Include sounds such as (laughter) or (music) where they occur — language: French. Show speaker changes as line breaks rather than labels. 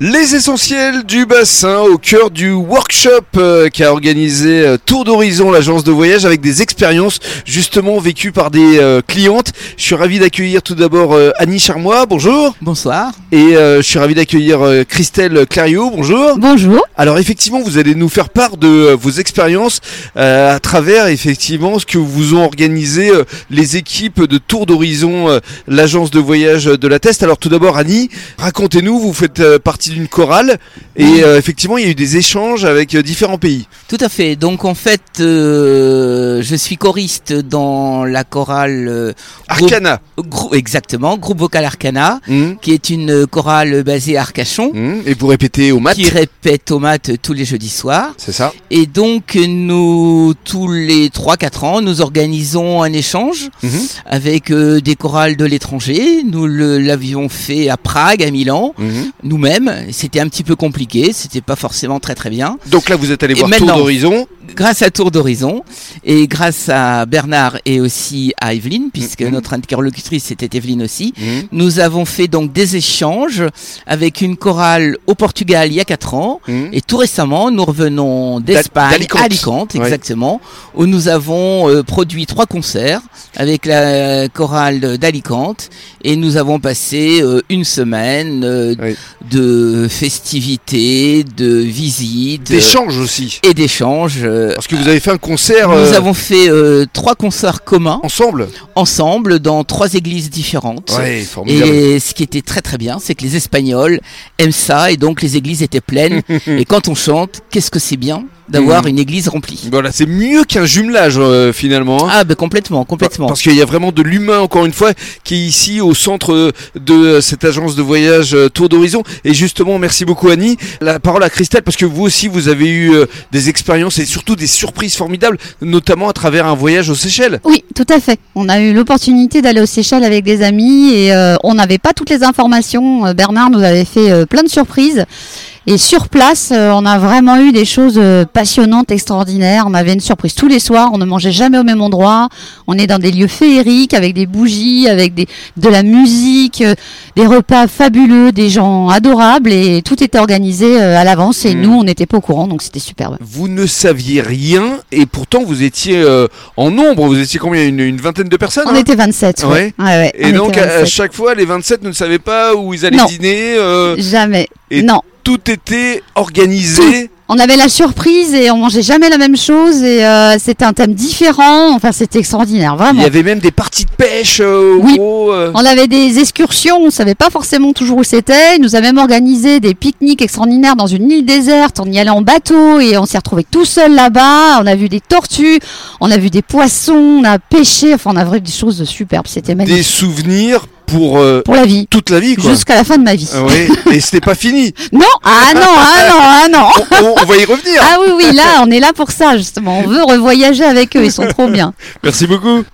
Les essentiels du bassin au cœur du workshop euh, qu'a organisé euh, Tour d'Horizon, l'agence de voyage, avec des expériences justement vécues par des euh, clientes. Je suis ravi d'accueillir tout d'abord euh, Annie Charmois, bonjour.
Bonsoir.
Et euh, je suis ravi d'accueillir euh, Christelle Clariot, bonjour.
Bonjour.
Alors effectivement, vous allez nous faire part de euh, vos expériences euh, à travers effectivement ce que vous ont organisé euh, les équipes de Tour d'Horizon, euh, l'agence de voyage de la Teste. Alors tout d'abord, Annie, racontez-nous, vous faites euh, partie d'une chorale et euh, effectivement, il y a eu des échanges avec euh, différents pays.
Tout à fait. Donc en fait, euh, je suis choriste dans la chorale euh, Groupe-
Arcana.
grou- exactement, groupe vocal Arcana,
Mmh,
qui est une chorale basée à Arcachon,
mmh. Et vous répétez au mat,
qui répète aux maths tous les jeudis soirs.
c'est ça
Et donc nous, tous les 3-4 ans, nous organisons un échange
Mmh.
avec euh, des chorales de l'étranger. Nous le- l'avions fait à Prague, à Milan,
Mmh.
nous-mêmes. C'était un petit peu compliqué, c'était pas forcément très très bien.
Donc là, vous êtes allé
Et
voir Tour
maintenant-
d'Horizon.
grâce à Tour d'Horizon et grâce à Bernard et aussi à Evelyne, puisque
Mhm.
notre interlocutrice était Evelyne aussi,
Mmh.
nous avons fait donc des échanges avec une chorale au Portugal il y a quatre ans.
Mmh.
Et tout récemment, nous revenons d'Espagne,
d'Alicante.
à Alicante,
Ouais.
exactement, où nous avons euh, produit trois concerts avec la chorale d'Alicante, et nous avons passé euh, une semaine euh,
Oui.
de festivités, de visites euh,
D'échanges aussi.
et d'échanges euh,
Parce que vous avez fait un concert
nous
euh,
avons fait euh, trois concerts communs
ensemble.
ensemble dans trois églises différentes.
Ouais, formidable.
Et ce qui était très très bien, c'est que les Espagnols aiment ça et donc les églises
(laughs)
étaient pleines. et quand on chante, qu'est-ce que c'est bien d'avoir
Mhm.
une église remplie.
Voilà, c'est mieux qu'un jumelage euh, finalement. hein.
Ah ben complètement, complètement.
Parce qu'il y a vraiment de l'humain, encore une fois, qui est ici au centre euh, de euh, cette agence de voyage euh, Tour d'Horizon. Et justement, merci beaucoup Annie. La parole à Christelle, parce que vous aussi, vous avez eu euh, des expériences et surtout des surprises formidables, notamment à travers un voyage aux Seychelles.
Oui, tout à fait. On a eu l'opportunité d'aller aux Seychelles avec des amis et euh, on n'avait pas toutes les informations. Euh, Bernard nous avait fait euh, plein de surprises. Et sur place, euh, on a vraiment eu des choses euh, passionnantes, extraordinaires. On avait une surprise tous les soirs. On ne mangeait jamais au même endroit. On est dans des lieux féeriques avec des bougies, avec des, de la musique, euh, des repas fabuleux, des gens adorables et tout était organisé euh, à l'avance. Et
Mhm.
nous, on n'était pas au courant, donc c'était superbe.
Vous ne saviez rien et pourtant vous étiez euh, en nombre. Vous étiez combien une, une vingtaine de personnes
On
hein
était 27. ouais.
Ouais.
Ouais, ouais,
Et
on
donc euh,
était
à, à
27.
chaque fois, les 27 ne savaient pas où ils allaient
Non.
dîner. euh,
Jamais.
Et-
Non.
tout était organisé.
On avait la surprise et on mangeait jamais la même chose et euh, c'était un thème différent. Enfin, c'était extraordinaire,
Il
vraiment.
y avait même des parties de pêche euh, au
Ah, Oui. Oh,
gros, euh.
On avait des excursions, on savait pas forcément toujours où c'était. Il nous a même organisé des pique-niques extraordinaires dans une île déserte. On y allait en bateau et on s'est retrouvés tout seul là-bas. On a vu des tortues, on a vu des poissons, on a pêché. Enfin, on a vu des choses superbes. C'était magnifique
des souvenirs pour euh,
pour la vie,
toute la vie, quoi.
jusqu'à la fin de ma vie.
Ah ouais, et c'était pas fini.
Non, ah non, ah non, ah
(laughs)
non.
On, on- on va y revenir.
Ah oui, oui, là, on est là pour ça justement. On veut revoyager avec eux. Ils sont trop bien.
Merci beaucoup.